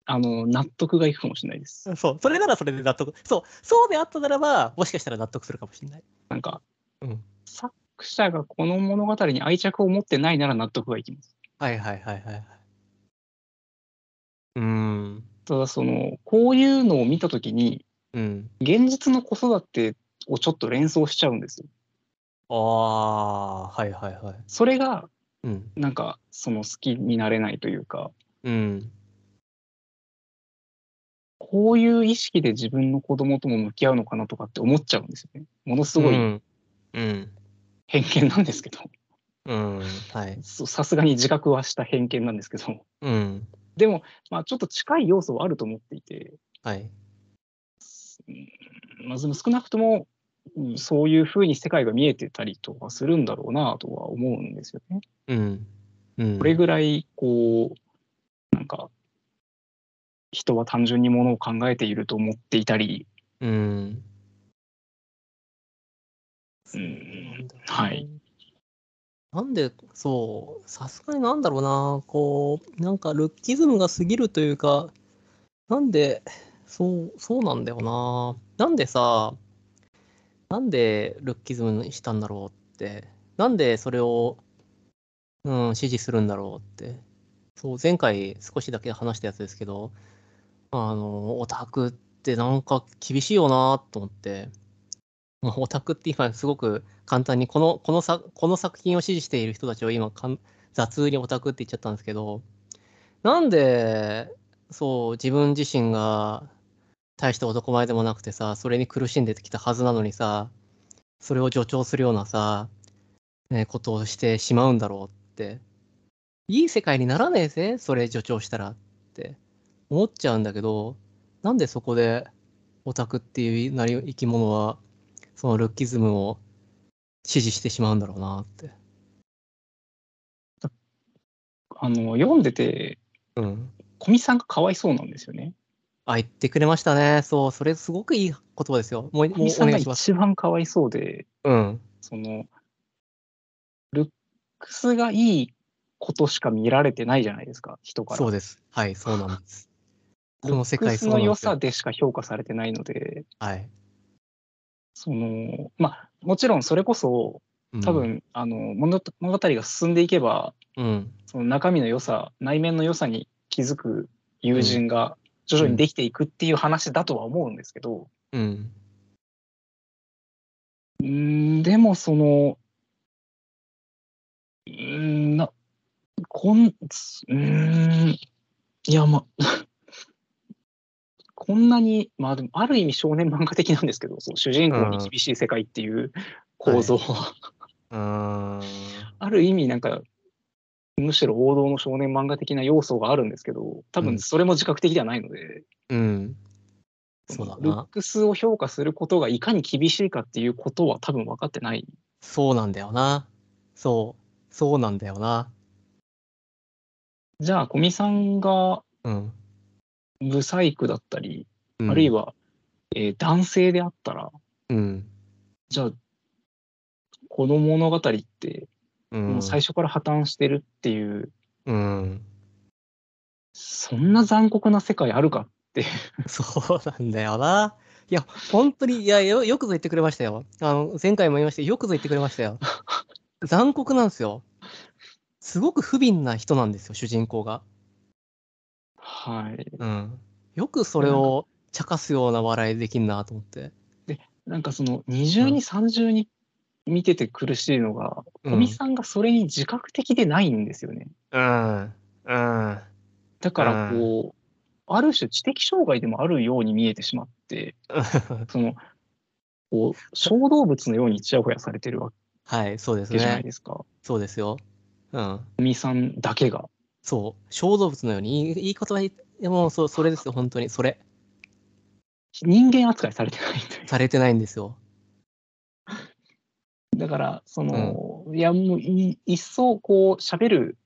[SPEAKER 2] あの、納得がいくかもしれないです。
[SPEAKER 1] そう、それならそれで納得。そう、そうであったならば、もしかしたら納得するかもしれない。
[SPEAKER 2] なんか、
[SPEAKER 1] うん
[SPEAKER 2] 作者がこの物語に愛着を持ってないなら納得がいきます。
[SPEAKER 1] はいはいはいはいはい。うーん。
[SPEAKER 2] ただそのこういうのを見た時に
[SPEAKER 1] うん。
[SPEAKER 2] 現実の子育てをちょっと連想しちゃうんですよ。
[SPEAKER 1] ああ、はいはいはい。
[SPEAKER 2] それが
[SPEAKER 1] うん。
[SPEAKER 2] なんかその好きになれないというか
[SPEAKER 1] うん。
[SPEAKER 2] こういう意識で自分の子供とも向き合うのかなとかって思っちゃうんですよね。ものすご
[SPEAKER 1] う
[SPEAKER 2] い
[SPEAKER 1] ん。うん。
[SPEAKER 2] 偏見なんですけど、
[SPEAKER 1] うん。はい。
[SPEAKER 2] そうさすがに自覚はした偏見なんですけど、
[SPEAKER 1] うん。
[SPEAKER 2] でも、まあ、ちょっと近い要素はあると思っていて、
[SPEAKER 1] はい。
[SPEAKER 2] うんまあ、でも少なくとも、うんそういうふうに世界が見えてたりとかするんだろうなとは思うんですよね。
[SPEAKER 1] うん。うん。
[SPEAKER 2] これぐらい、こう、なんか、人は単純にものを考えていると思っていたり、
[SPEAKER 1] うん。
[SPEAKER 2] うん、はい。。
[SPEAKER 1] なんで、そう、さすがになんだろうな、こう、なんかルッキズムが過ぎるというか、なんで、そう、そうなんだよな。なんでさ、なんでルッキズムにしたんだろうって、なんでそれを、うん、支持するんだろうって。そう、前回少しだけ話したやつですけど、あの、オタクってなんか厳しいよなと思って。まあオタクって今すごく簡単にこのこのさこの作品を支持している人たちを今かん雑にオタクって言っちゃったんですけどなんでそう自分自身が大した男前でもなくてさそれに苦しんできたはずなのにさそれを助長するようなさ、ねことをしてしまうんだろうっていい世界にならねえぜそれ助長したらって思っちゃうんだけどなんでそこでオタクっていうなり生き物はそのルッキズムを支持してしまうんだろうなって。
[SPEAKER 2] あの、読んでて、
[SPEAKER 1] うん。
[SPEAKER 2] 古見さんがかわいそうなんですよね。
[SPEAKER 1] あ、言ってくれましたね。そう、それすごくいい言葉ですよ。もう、
[SPEAKER 2] 古
[SPEAKER 1] もう
[SPEAKER 2] 見さ
[SPEAKER 1] お
[SPEAKER 2] んが
[SPEAKER 1] 願いします。
[SPEAKER 2] 一番かわいそうで、
[SPEAKER 1] うん。
[SPEAKER 2] その、ルックスがいいことしか見られてないじゃないですか、人から。
[SPEAKER 1] そうです。はい、そうなん です。この世
[SPEAKER 2] ルック
[SPEAKER 1] 界
[SPEAKER 2] ス
[SPEAKER 1] そうな
[SPEAKER 2] の
[SPEAKER 1] んで
[SPEAKER 2] 良
[SPEAKER 1] すよ
[SPEAKER 2] さでしか評価されてないので、
[SPEAKER 1] はい。
[SPEAKER 2] その、まあ、もちろんそれこそ、
[SPEAKER 1] うん
[SPEAKER 2] 多。分、あの物語、物語が進んでいけば、
[SPEAKER 1] うん。
[SPEAKER 2] その中身の良さ、内面の良さに気づく友人が徐々にできていくっていう話だとは思うんですけど、
[SPEAKER 1] うん。
[SPEAKER 2] うーん、でもその、うーんな、こん、うーん、いや、ま、 こんなに、まあでも、ある意味少年漫画的なんですけど、そう主人公に厳しい世界っていう構造は、
[SPEAKER 1] うーん。
[SPEAKER 2] ある意味なんか、むしろ王道の少年漫画的な要素があるんですけど、多
[SPEAKER 1] う
[SPEAKER 2] 分
[SPEAKER 1] ん
[SPEAKER 2] それも自覚的ではないので、
[SPEAKER 1] うん。そうだ
[SPEAKER 2] ルッ
[SPEAKER 1] な。
[SPEAKER 2] クスを評価することがいかに厳しいかっていうことは多分分かってない。
[SPEAKER 1] そうなんだよな。そう。そうなんだよな。
[SPEAKER 2] じゃあ、古見さんが
[SPEAKER 1] うん。
[SPEAKER 2] ブサイクだったり、
[SPEAKER 1] うん
[SPEAKER 2] あるい。は、えー男性であったら、
[SPEAKER 1] うん。
[SPEAKER 2] じゃあ、この物語って、
[SPEAKER 1] うん。
[SPEAKER 2] もう最初から破綻してるっていう、
[SPEAKER 1] うん。
[SPEAKER 2] そんな残酷な世界あるか
[SPEAKER 1] そうなんだよな。いや、本当に、いや、よよくぞ言ってくれましたよ。あの、前回も言いましたよくぞ言ってくれました よ。残酷なんですよ。すごく不憫な人なんですよ、主人公が。
[SPEAKER 2] はい。
[SPEAKER 1] うん。よくそれを茶化すような笑いできんなと思って。
[SPEAKER 2] なんかその、二重
[SPEAKER 1] うん
[SPEAKER 2] に三重に見てて苦しいのが、
[SPEAKER 1] う
[SPEAKER 2] 古、
[SPEAKER 1] ん
[SPEAKER 2] 見、さんがそれに自覚的でないんですよね。
[SPEAKER 1] うん。うん。
[SPEAKER 2] だから、こう、ある種知的障害でもあるように見えてしまって、その、こう、小動物のようにちやほやされてるわ
[SPEAKER 1] はい、そうです
[SPEAKER 2] けじゃない
[SPEAKER 1] ね。
[SPEAKER 2] ですか。
[SPEAKER 1] そうですよ。うん。
[SPEAKER 2] 古見さんだけが。
[SPEAKER 1] そう。小動物のように、いいいい言葉言って、もうそう、それですよ、本当に。それ。
[SPEAKER 2] 人間扱いされてないという
[SPEAKER 1] されてないんですよ。
[SPEAKER 2] だから、その、いや、もうい、一層こう、喋る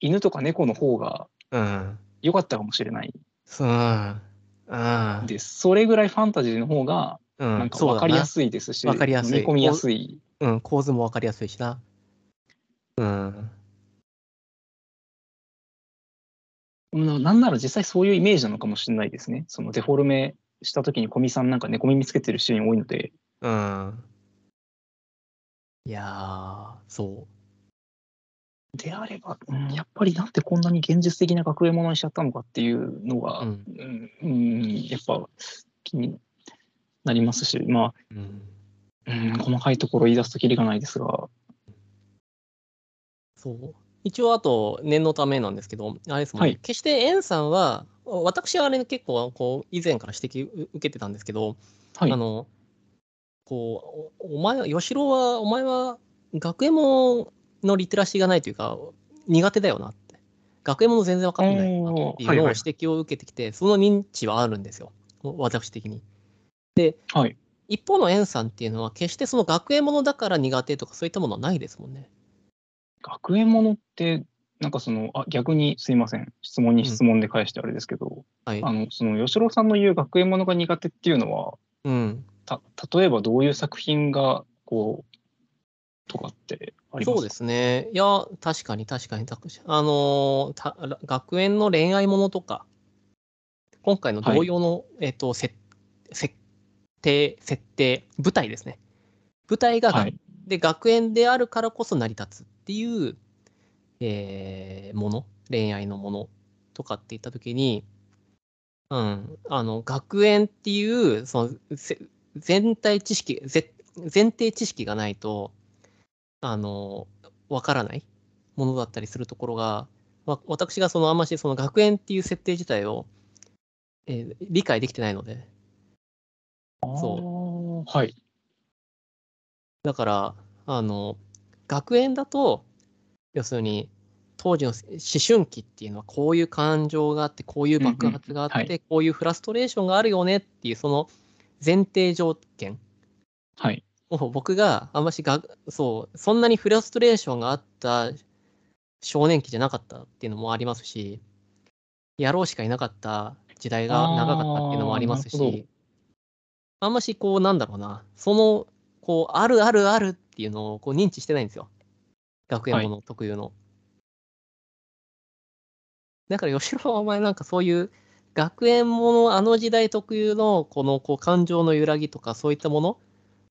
[SPEAKER 2] 犬とか猫の方が
[SPEAKER 1] うん。
[SPEAKER 2] 良かったかもしれない
[SPEAKER 1] うん。うん。
[SPEAKER 2] です。それぐらいファンタジーの方が、
[SPEAKER 1] う
[SPEAKER 2] なんん、か
[SPEAKER 1] そう
[SPEAKER 2] 分
[SPEAKER 1] だ
[SPEAKER 2] かり
[SPEAKER 1] な
[SPEAKER 2] やすいですし、
[SPEAKER 1] わかりやすい
[SPEAKER 2] 飲み込みやすい。
[SPEAKER 1] うん、構図もわかりやすいしな。うん。
[SPEAKER 2] うんなんなら実際そういうイメージなのかもしれないですね。そのデフォルメした時に、古見さんなんか猫耳つけてるシーン多いので、
[SPEAKER 1] うん。いやー、そ
[SPEAKER 2] であれば、うん、やっぱりなんでこんなに現実的な学園ものにしちゃったのかっていうのが、
[SPEAKER 1] う。う
[SPEAKER 2] うん
[SPEAKER 1] ん。
[SPEAKER 2] うんやっぱ気になりますし、まあ、
[SPEAKER 1] うん、
[SPEAKER 2] うん、細かいところ言い出すときりがないですが、
[SPEAKER 1] そう。一応、あと、念のためなんですけど、あれですもんね。
[SPEAKER 2] はい
[SPEAKER 1] 決して、エンさんは、私はあれ結構こう以前から指摘う受けてたんですけど、
[SPEAKER 2] はい
[SPEAKER 1] あ。のこうおお前は吉郎はお前は学園もののリテラシーがないというか苦手だよなって学園もの全然分かってないよなっていう
[SPEAKER 2] おーはい
[SPEAKER 1] のを
[SPEAKER 2] はい
[SPEAKER 1] 指摘を受けてきて、その認知はあるんですよ私的に。
[SPEAKER 2] はい。
[SPEAKER 1] 一方の円さんっていうのは決してその学園ものだから苦手とかそういったものはないですもんね。
[SPEAKER 2] 学園ものって、なんかその、あ、逆にすいません。質問に質問で返してあれですけど、
[SPEAKER 1] はい
[SPEAKER 2] あの、その、吉郎さんの言う学園ものが苦手っていうのは、
[SPEAKER 1] うん、
[SPEAKER 2] た、例えばどういう作品が、こう、とかってありますか
[SPEAKER 1] そうですね。いや、確かに確かに確かに。あのーた学園の恋愛ものとか、今回の同様の、えっ、と、せ設定、設定、舞台ですね。舞台が、
[SPEAKER 2] はい。
[SPEAKER 1] で学園であるからこそ成り立つっていう、えーもの、恋愛のものとかって言ったときに、うん、あの、学園っていう、その、せ全体知識、ぜ前提知識がないと、あの、わからないものだったりするところが、わ私がそのあんましその学園っていう設定自体を、えー理解できてないので、
[SPEAKER 2] そう。はい。
[SPEAKER 1] だから、あの、学園だと、要するに、当時の思春期っていうのはこういう感情があって、こういう爆発があって、
[SPEAKER 2] うんうんは
[SPEAKER 1] こういうフラストレーションがあるよねっていう、その前提条件
[SPEAKER 2] はい。
[SPEAKER 1] を僕があんましが、そう、そんなにフラストレーションがあった少年期じゃなかったっていうのもありますし、野郎しかいなかった時代が長かったっていうのもあります
[SPEAKER 2] あーなるほど
[SPEAKER 1] し、あんましこう、なんだろうな、その、こう、あるあるあるっていうのをこう認知してないんですよ。学園もの特有の。だから、吉郎はお前なんかそういう、学園もの、あの時代特有の、このこう感情の揺らぎとか、そういったもの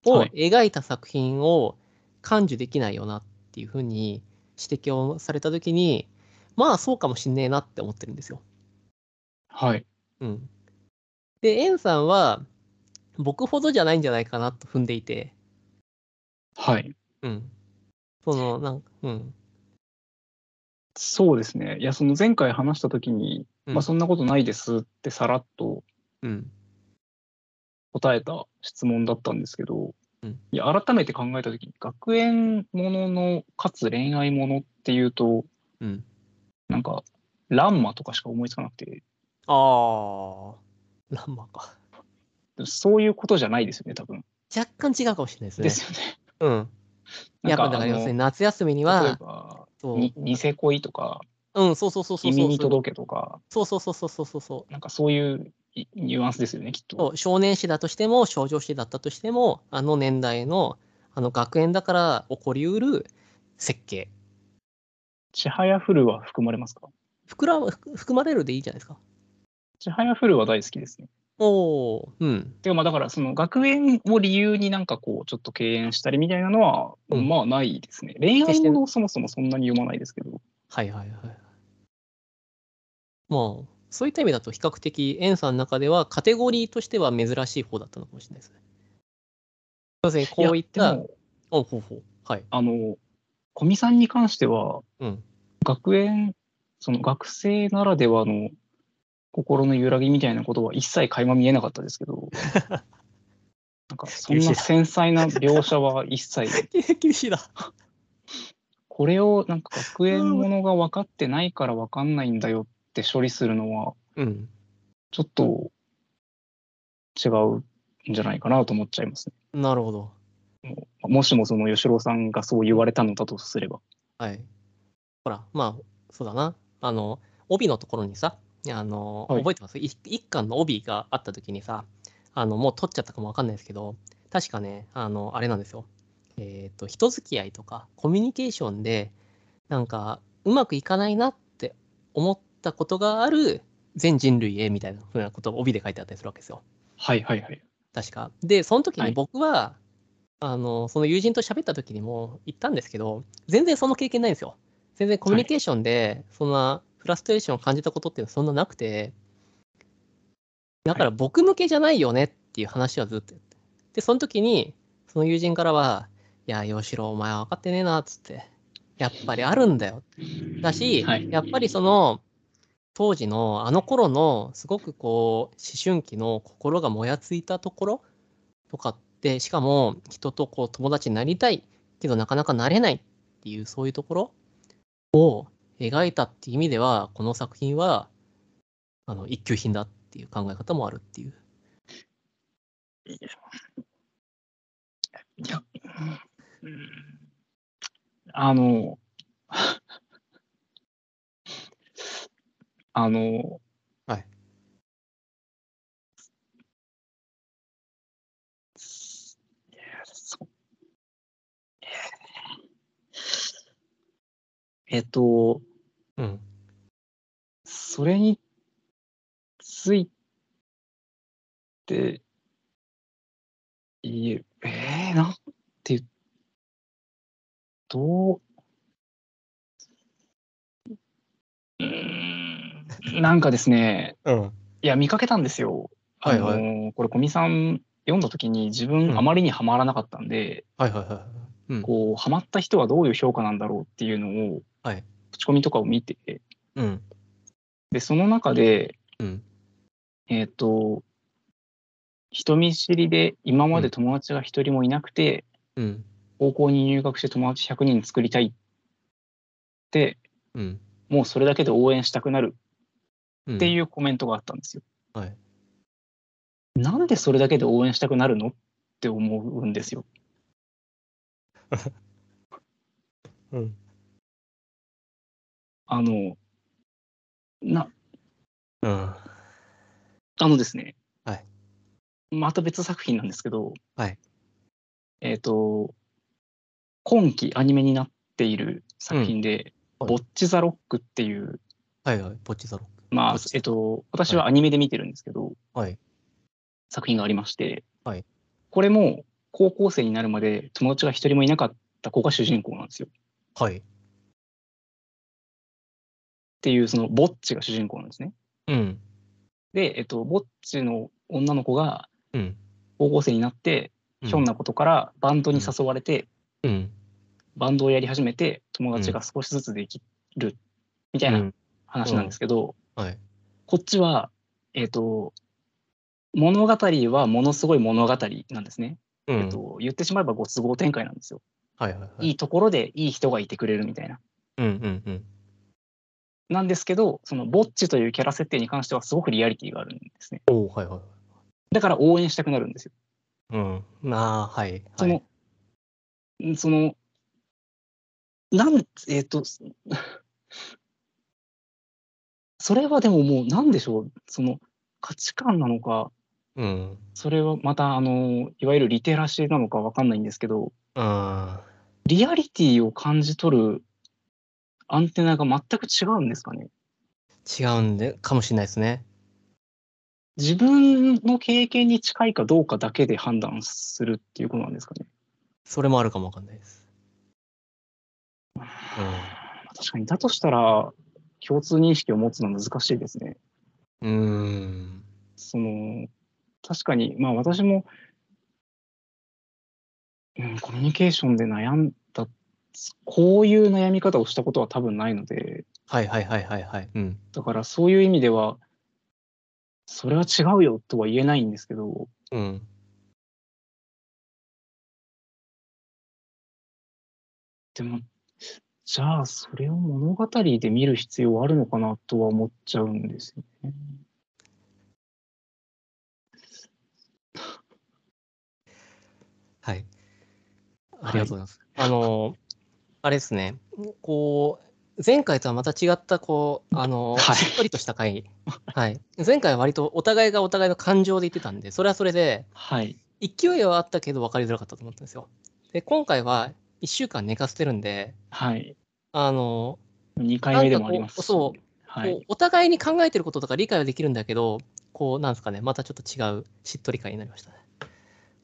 [SPEAKER 1] を
[SPEAKER 2] はい
[SPEAKER 1] 描いた作品を感受できないよなっていうふうに指摘をされたときに、まあそうかもしんねえなって思ってるんですよ。
[SPEAKER 2] はい。
[SPEAKER 1] うん。で、エンさんは、僕ほどじゃないんじゃないかなと踏んでいて、
[SPEAKER 2] はい。
[SPEAKER 1] うん。その、なんか、うん。
[SPEAKER 2] そうですね。いや、その前回話したときに、
[SPEAKER 1] うん
[SPEAKER 2] まあ、そんなことないですってさらっと
[SPEAKER 1] うん。
[SPEAKER 2] 答えた質問だったんですけど、
[SPEAKER 1] うん
[SPEAKER 2] いや、改めて考えたときに、学園ものの、かつ恋愛ものっていうと、
[SPEAKER 1] うん。
[SPEAKER 2] なんか、ランマとかしか思いつかなくて、
[SPEAKER 1] ああ、ランマか。
[SPEAKER 2] そういうことじゃないですよね、多分。
[SPEAKER 1] 若干違うかもしれないですね。
[SPEAKER 2] ですよ ね。
[SPEAKER 1] うん。
[SPEAKER 2] な
[SPEAKER 1] や
[SPEAKER 2] ん
[SPEAKER 1] っぱ
[SPEAKER 2] か、
[SPEAKER 1] だから
[SPEAKER 2] あ
[SPEAKER 1] 要
[SPEAKER 2] の
[SPEAKER 1] するに夏休みに
[SPEAKER 2] 例え
[SPEAKER 1] は、
[SPEAKER 2] ば、
[SPEAKER 1] そう。
[SPEAKER 2] にニセ恋とか、
[SPEAKER 1] うん、そうそうそうそう
[SPEAKER 2] 君
[SPEAKER 1] そう
[SPEAKER 2] に届けとか、
[SPEAKER 1] そうそうそうそうそうそうそう
[SPEAKER 2] なんかそういういニュアンスですよね、きっ
[SPEAKER 1] そ
[SPEAKER 2] と。
[SPEAKER 1] う少年誌だとしても少女誌だったとしてもあの年代のあの学園だから起こりうる設計
[SPEAKER 2] ちはやふるは含まれますか
[SPEAKER 1] 膨らむ含含まれるでいいじゃないですか
[SPEAKER 2] ちはやふるは大好きですね。
[SPEAKER 1] おおうん
[SPEAKER 2] てかまあだからその学園を理由になんかこうちょっと敬遠したりみたいなのは、
[SPEAKER 1] うん
[SPEAKER 2] まあないですね。恋愛ものをそもそもそんなに読まないですけど。
[SPEAKER 1] はいはいはいまあそういった意味だと比較的エンさんの中ではカテゴリーとしては珍しい方だったのかもしれないですね要するにこういっ
[SPEAKER 2] や
[SPEAKER 1] た
[SPEAKER 2] でも
[SPEAKER 1] おほうほうはい
[SPEAKER 2] あの古見さんに関しては
[SPEAKER 1] うん
[SPEAKER 2] 学園その学生ならではの心の揺らぎみたいなことは一切垣間見えなかったです けど。なんかそんな繊細な描写は 一切
[SPEAKER 1] 厳しいな
[SPEAKER 2] これをなんか学園ものが分かってないから分かんないんだよって処理するのは
[SPEAKER 1] うん
[SPEAKER 2] ちょっと違うんじゃないかなと思っちゃいますね。
[SPEAKER 1] なるほど
[SPEAKER 2] もしもその吉郎さんがそう言われたのだとすれば。
[SPEAKER 1] はい。ほら、まあ、そうだな。あの、帯のところにさ、あの、
[SPEAKER 2] はい
[SPEAKER 1] 覚えてますい一巻の帯があった時にさ、あの、もう取っちゃったかもわかんないですけど、確かね、あの、あれなんですよ。えっ、と、人付き合いとか、コミュニケーションで、なんか、うまくいかないなって思ったことがある全人類へみたいなふうなことを帯で書いてあったりするわけですよ。
[SPEAKER 2] はいはいはい。
[SPEAKER 1] 確か。で、その時
[SPEAKER 2] は
[SPEAKER 1] に
[SPEAKER 2] い
[SPEAKER 1] 僕は、あの、その友人と喋った時にも言ったんですけど、全然その経験ないんですよ。全然コミュニケーションで、そんなフラストレーションを感じたことっていうのはそんななくて、だから僕向けじゃないよねっていう話はずっとやって。で、その時に、その友人からは、いや、吉郎、お前分かってねえな、っつって。やっぱりあるんだよ。だし、
[SPEAKER 2] はい
[SPEAKER 1] やっぱりその、当時のあの頃のすごくこう思春期の心がもやついたところとかってしかも人とこう友達になりたいけどなかなかなれないっていうそういうところを描いたっていう意味ではこの作品はあの一級品だっていう考え方もあるっていう。
[SPEAKER 2] いや、うんあの、 あの、
[SPEAKER 1] はい。
[SPEAKER 2] いやそえっと、
[SPEAKER 1] うん、
[SPEAKER 2] それについて言え、えー、なんて言う、どう、うーんなんかですね、
[SPEAKER 1] うん、
[SPEAKER 2] いや、見かけたんですよ。
[SPEAKER 1] はいはい
[SPEAKER 2] あのーこれ、古見さん読んだ時に自分あまりにはまらなかったんで、
[SPEAKER 1] はいはいは
[SPEAKER 2] こう、はまった人はどういう評価なんだろうっていうのを、
[SPEAKER 1] はい
[SPEAKER 2] 口コミとかを見て、
[SPEAKER 1] い。うん、
[SPEAKER 2] で、その中で、
[SPEAKER 1] うん、
[SPEAKER 2] えっ、と、人見知りで今まで友達が一人もいなくて、
[SPEAKER 1] うん、
[SPEAKER 2] 高校に入学して友達100人作りたいって、
[SPEAKER 1] うん、
[SPEAKER 2] もうそれだけで応援したくなる
[SPEAKER 1] うん。。
[SPEAKER 2] っていううコメントがあったんですよ。
[SPEAKER 1] はい
[SPEAKER 2] なんでそれだけで応援したくなるのって思うんですよ。
[SPEAKER 1] うん、
[SPEAKER 2] あの、な、
[SPEAKER 1] うん、
[SPEAKER 2] あのですね、
[SPEAKER 1] はい
[SPEAKER 2] また別作品なんですけど、
[SPEAKER 1] はい
[SPEAKER 2] えっ、と、今期アニメになっている作品で、
[SPEAKER 1] うんはい
[SPEAKER 2] ボッチ・ザ・ロックっていう、
[SPEAKER 1] はいはい、ポチザロック。
[SPEAKER 2] まあ
[SPEAKER 1] ボッチ、
[SPEAKER 2] えっ、と、私はアニメで見てるんですけど、
[SPEAKER 1] はい。
[SPEAKER 2] 作品がありまして、
[SPEAKER 1] はい
[SPEAKER 2] これも高校生になるまで友達が一人もいなかった子が主人公なんですよ。っ
[SPEAKER 1] はい。
[SPEAKER 2] ていう、その、ボッチが主人公なんですね。
[SPEAKER 1] うん、
[SPEAKER 2] で、えっと、ぼっちの女の子が
[SPEAKER 1] うん。
[SPEAKER 2] 高校生になって、
[SPEAKER 1] うん
[SPEAKER 2] ひょんなことからバンドに誘われて、
[SPEAKER 1] うん。
[SPEAKER 2] バンドをやり始めて、友達が少しずつできるみたいうなん話なんですけど、
[SPEAKER 1] はい。
[SPEAKER 2] こっちは、えっと、物語はものすごい物語なんですね。
[SPEAKER 1] うん
[SPEAKER 2] えっと、言ってしまえばご都合展開なんですよ。
[SPEAKER 1] はいはいはい。
[SPEAKER 2] いいところでいい人がいてくれるみたいな。
[SPEAKER 1] うんうんうん。
[SPEAKER 2] なんですけど、そのぼっちというキャラ設定に関してはすごくリアリティがあるんですね。
[SPEAKER 1] おおはいはいは
[SPEAKER 2] だから応援したくなるんですよ。
[SPEAKER 1] い。うん。ああ、はい。
[SPEAKER 2] その、
[SPEAKER 1] はい、
[SPEAKER 2] んその、なん、えっ、と、そそれはでももう、なんでしょう、その、価値観なのか、
[SPEAKER 1] うん。
[SPEAKER 2] それはまた、あの、いわゆるリテラシーなのかわかんないんですけど、
[SPEAKER 1] あ
[SPEAKER 2] リアリティを感じ取るアンテナが全く違うんですかね。
[SPEAKER 1] ー違うんで、かもしれないですね。
[SPEAKER 2] 自分の経験に近いかどうかだけで判断するっていうことなんですかね。
[SPEAKER 1] それもあるかもわかんないです。
[SPEAKER 2] まあ確かに、だとしたら、共通認識を持つのは難しいですね。
[SPEAKER 1] うん。うん。
[SPEAKER 2] その確かにまあ私も、うん、コミュニケーションで悩んだこういう悩み方をしたことは多分ないので
[SPEAKER 1] はいはいはいはいはい。うん。
[SPEAKER 2] だからそういう意味ではそれは違うよとは言えないんですけど
[SPEAKER 1] うん。
[SPEAKER 2] でもじゃあそれを物語で見る必要はあるのかなとは思っちゃうんですよね。
[SPEAKER 1] はい。ありがとうございます。あの、 あれですね。こう、前回とはまた違った、こう、あの、
[SPEAKER 2] はい
[SPEAKER 1] しっとりとした回。はい。前回は割とお互いがお互いの感情で言ってたんで、それはそれで、
[SPEAKER 2] はい。
[SPEAKER 1] 勢いはあったけど分かりづらかったと思ったんですよ。で、今回は1週間寝かせてるんで、
[SPEAKER 2] はい。
[SPEAKER 1] あの、
[SPEAKER 2] 2
[SPEAKER 1] な
[SPEAKER 2] 回
[SPEAKER 1] ん
[SPEAKER 2] 目で
[SPEAKER 1] か
[SPEAKER 2] もありま
[SPEAKER 1] こ
[SPEAKER 2] す
[SPEAKER 1] う、
[SPEAKER 2] し。
[SPEAKER 1] そう、
[SPEAKER 2] は
[SPEAKER 1] こ。
[SPEAKER 2] いう
[SPEAKER 1] お互いに考えてることとか理解はできるんだけど、こう、なんですかね、またちょっと違うしっとり感になりましたね。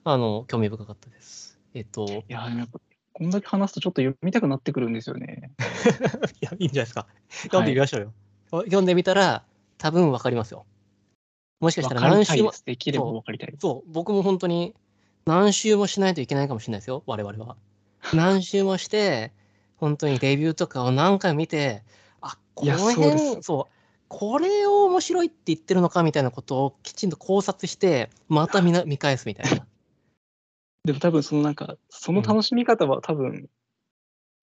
[SPEAKER 1] あの、興味深かったです。えっ と、
[SPEAKER 2] いやでもやっぱこんだけ話すとちょっと読みたくなってくるんですよね。
[SPEAKER 1] いや、いい んじゃないですか。読んでみましょうよ。読んでみたら、多分分かりますよ。もしかしたら
[SPEAKER 2] わ
[SPEAKER 1] 何
[SPEAKER 2] りた
[SPEAKER 1] 週
[SPEAKER 2] いで
[SPEAKER 1] も、
[SPEAKER 2] す。できれば分かりたいです。
[SPEAKER 1] そう、僕も本当に何周もしないといけないかもしれないですよ、我 々は。何周もして、本当にレビューとかを何回も見て、あ、こ
[SPEAKER 2] いや
[SPEAKER 1] の
[SPEAKER 2] そうで
[SPEAKER 1] 辺、
[SPEAKER 2] す
[SPEAKER 1] そうこれを面白いって言ってるのかみたいなことをきちんと考察して、また 見な見返すみたいな。
[SPEAKER 2] でも多分そのなんか、その楽しみ方は多分、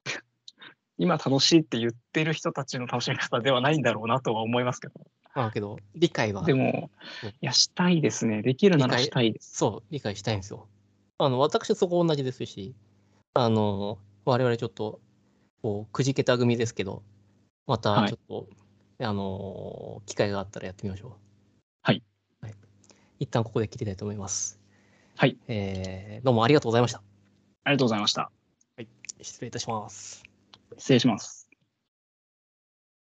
[SPEAKER 2] 今楽しいって言ってる人たちの楽しみ方ではないんだろうなとは思いますけど。
[SPEAKER 1] まあけど、理解は
[SPEAKER 2] で、も
[SPEAKER 1] うん、
[SPEAKER 2] いや、したいですね。できるなら
[SPEAKER 1] 理解
[SPEAKER 2] したいです。
[SPEAKER 1] そう、理解したいんですよ。あの、私そこ同じですし、あの、我々ちょっと、こう、くじけた組ですけど、また
[SPEAKER 2] はい
[SPEAKER 1] ちょっと、あの、機会があったらやってみましょう。
[SPEAKER 2] はい。
[SPEAKER 1] はい、一旦ここで切りたいと思います。
[SPEAKER 2] はい。
[SPEAKER 1] えー、どうもありがとうございました。
[SPEAKER 2] ありがとうございました。
[SPEAKER 1] 失礼いたします。
[SPEAKER 2] 失礼します。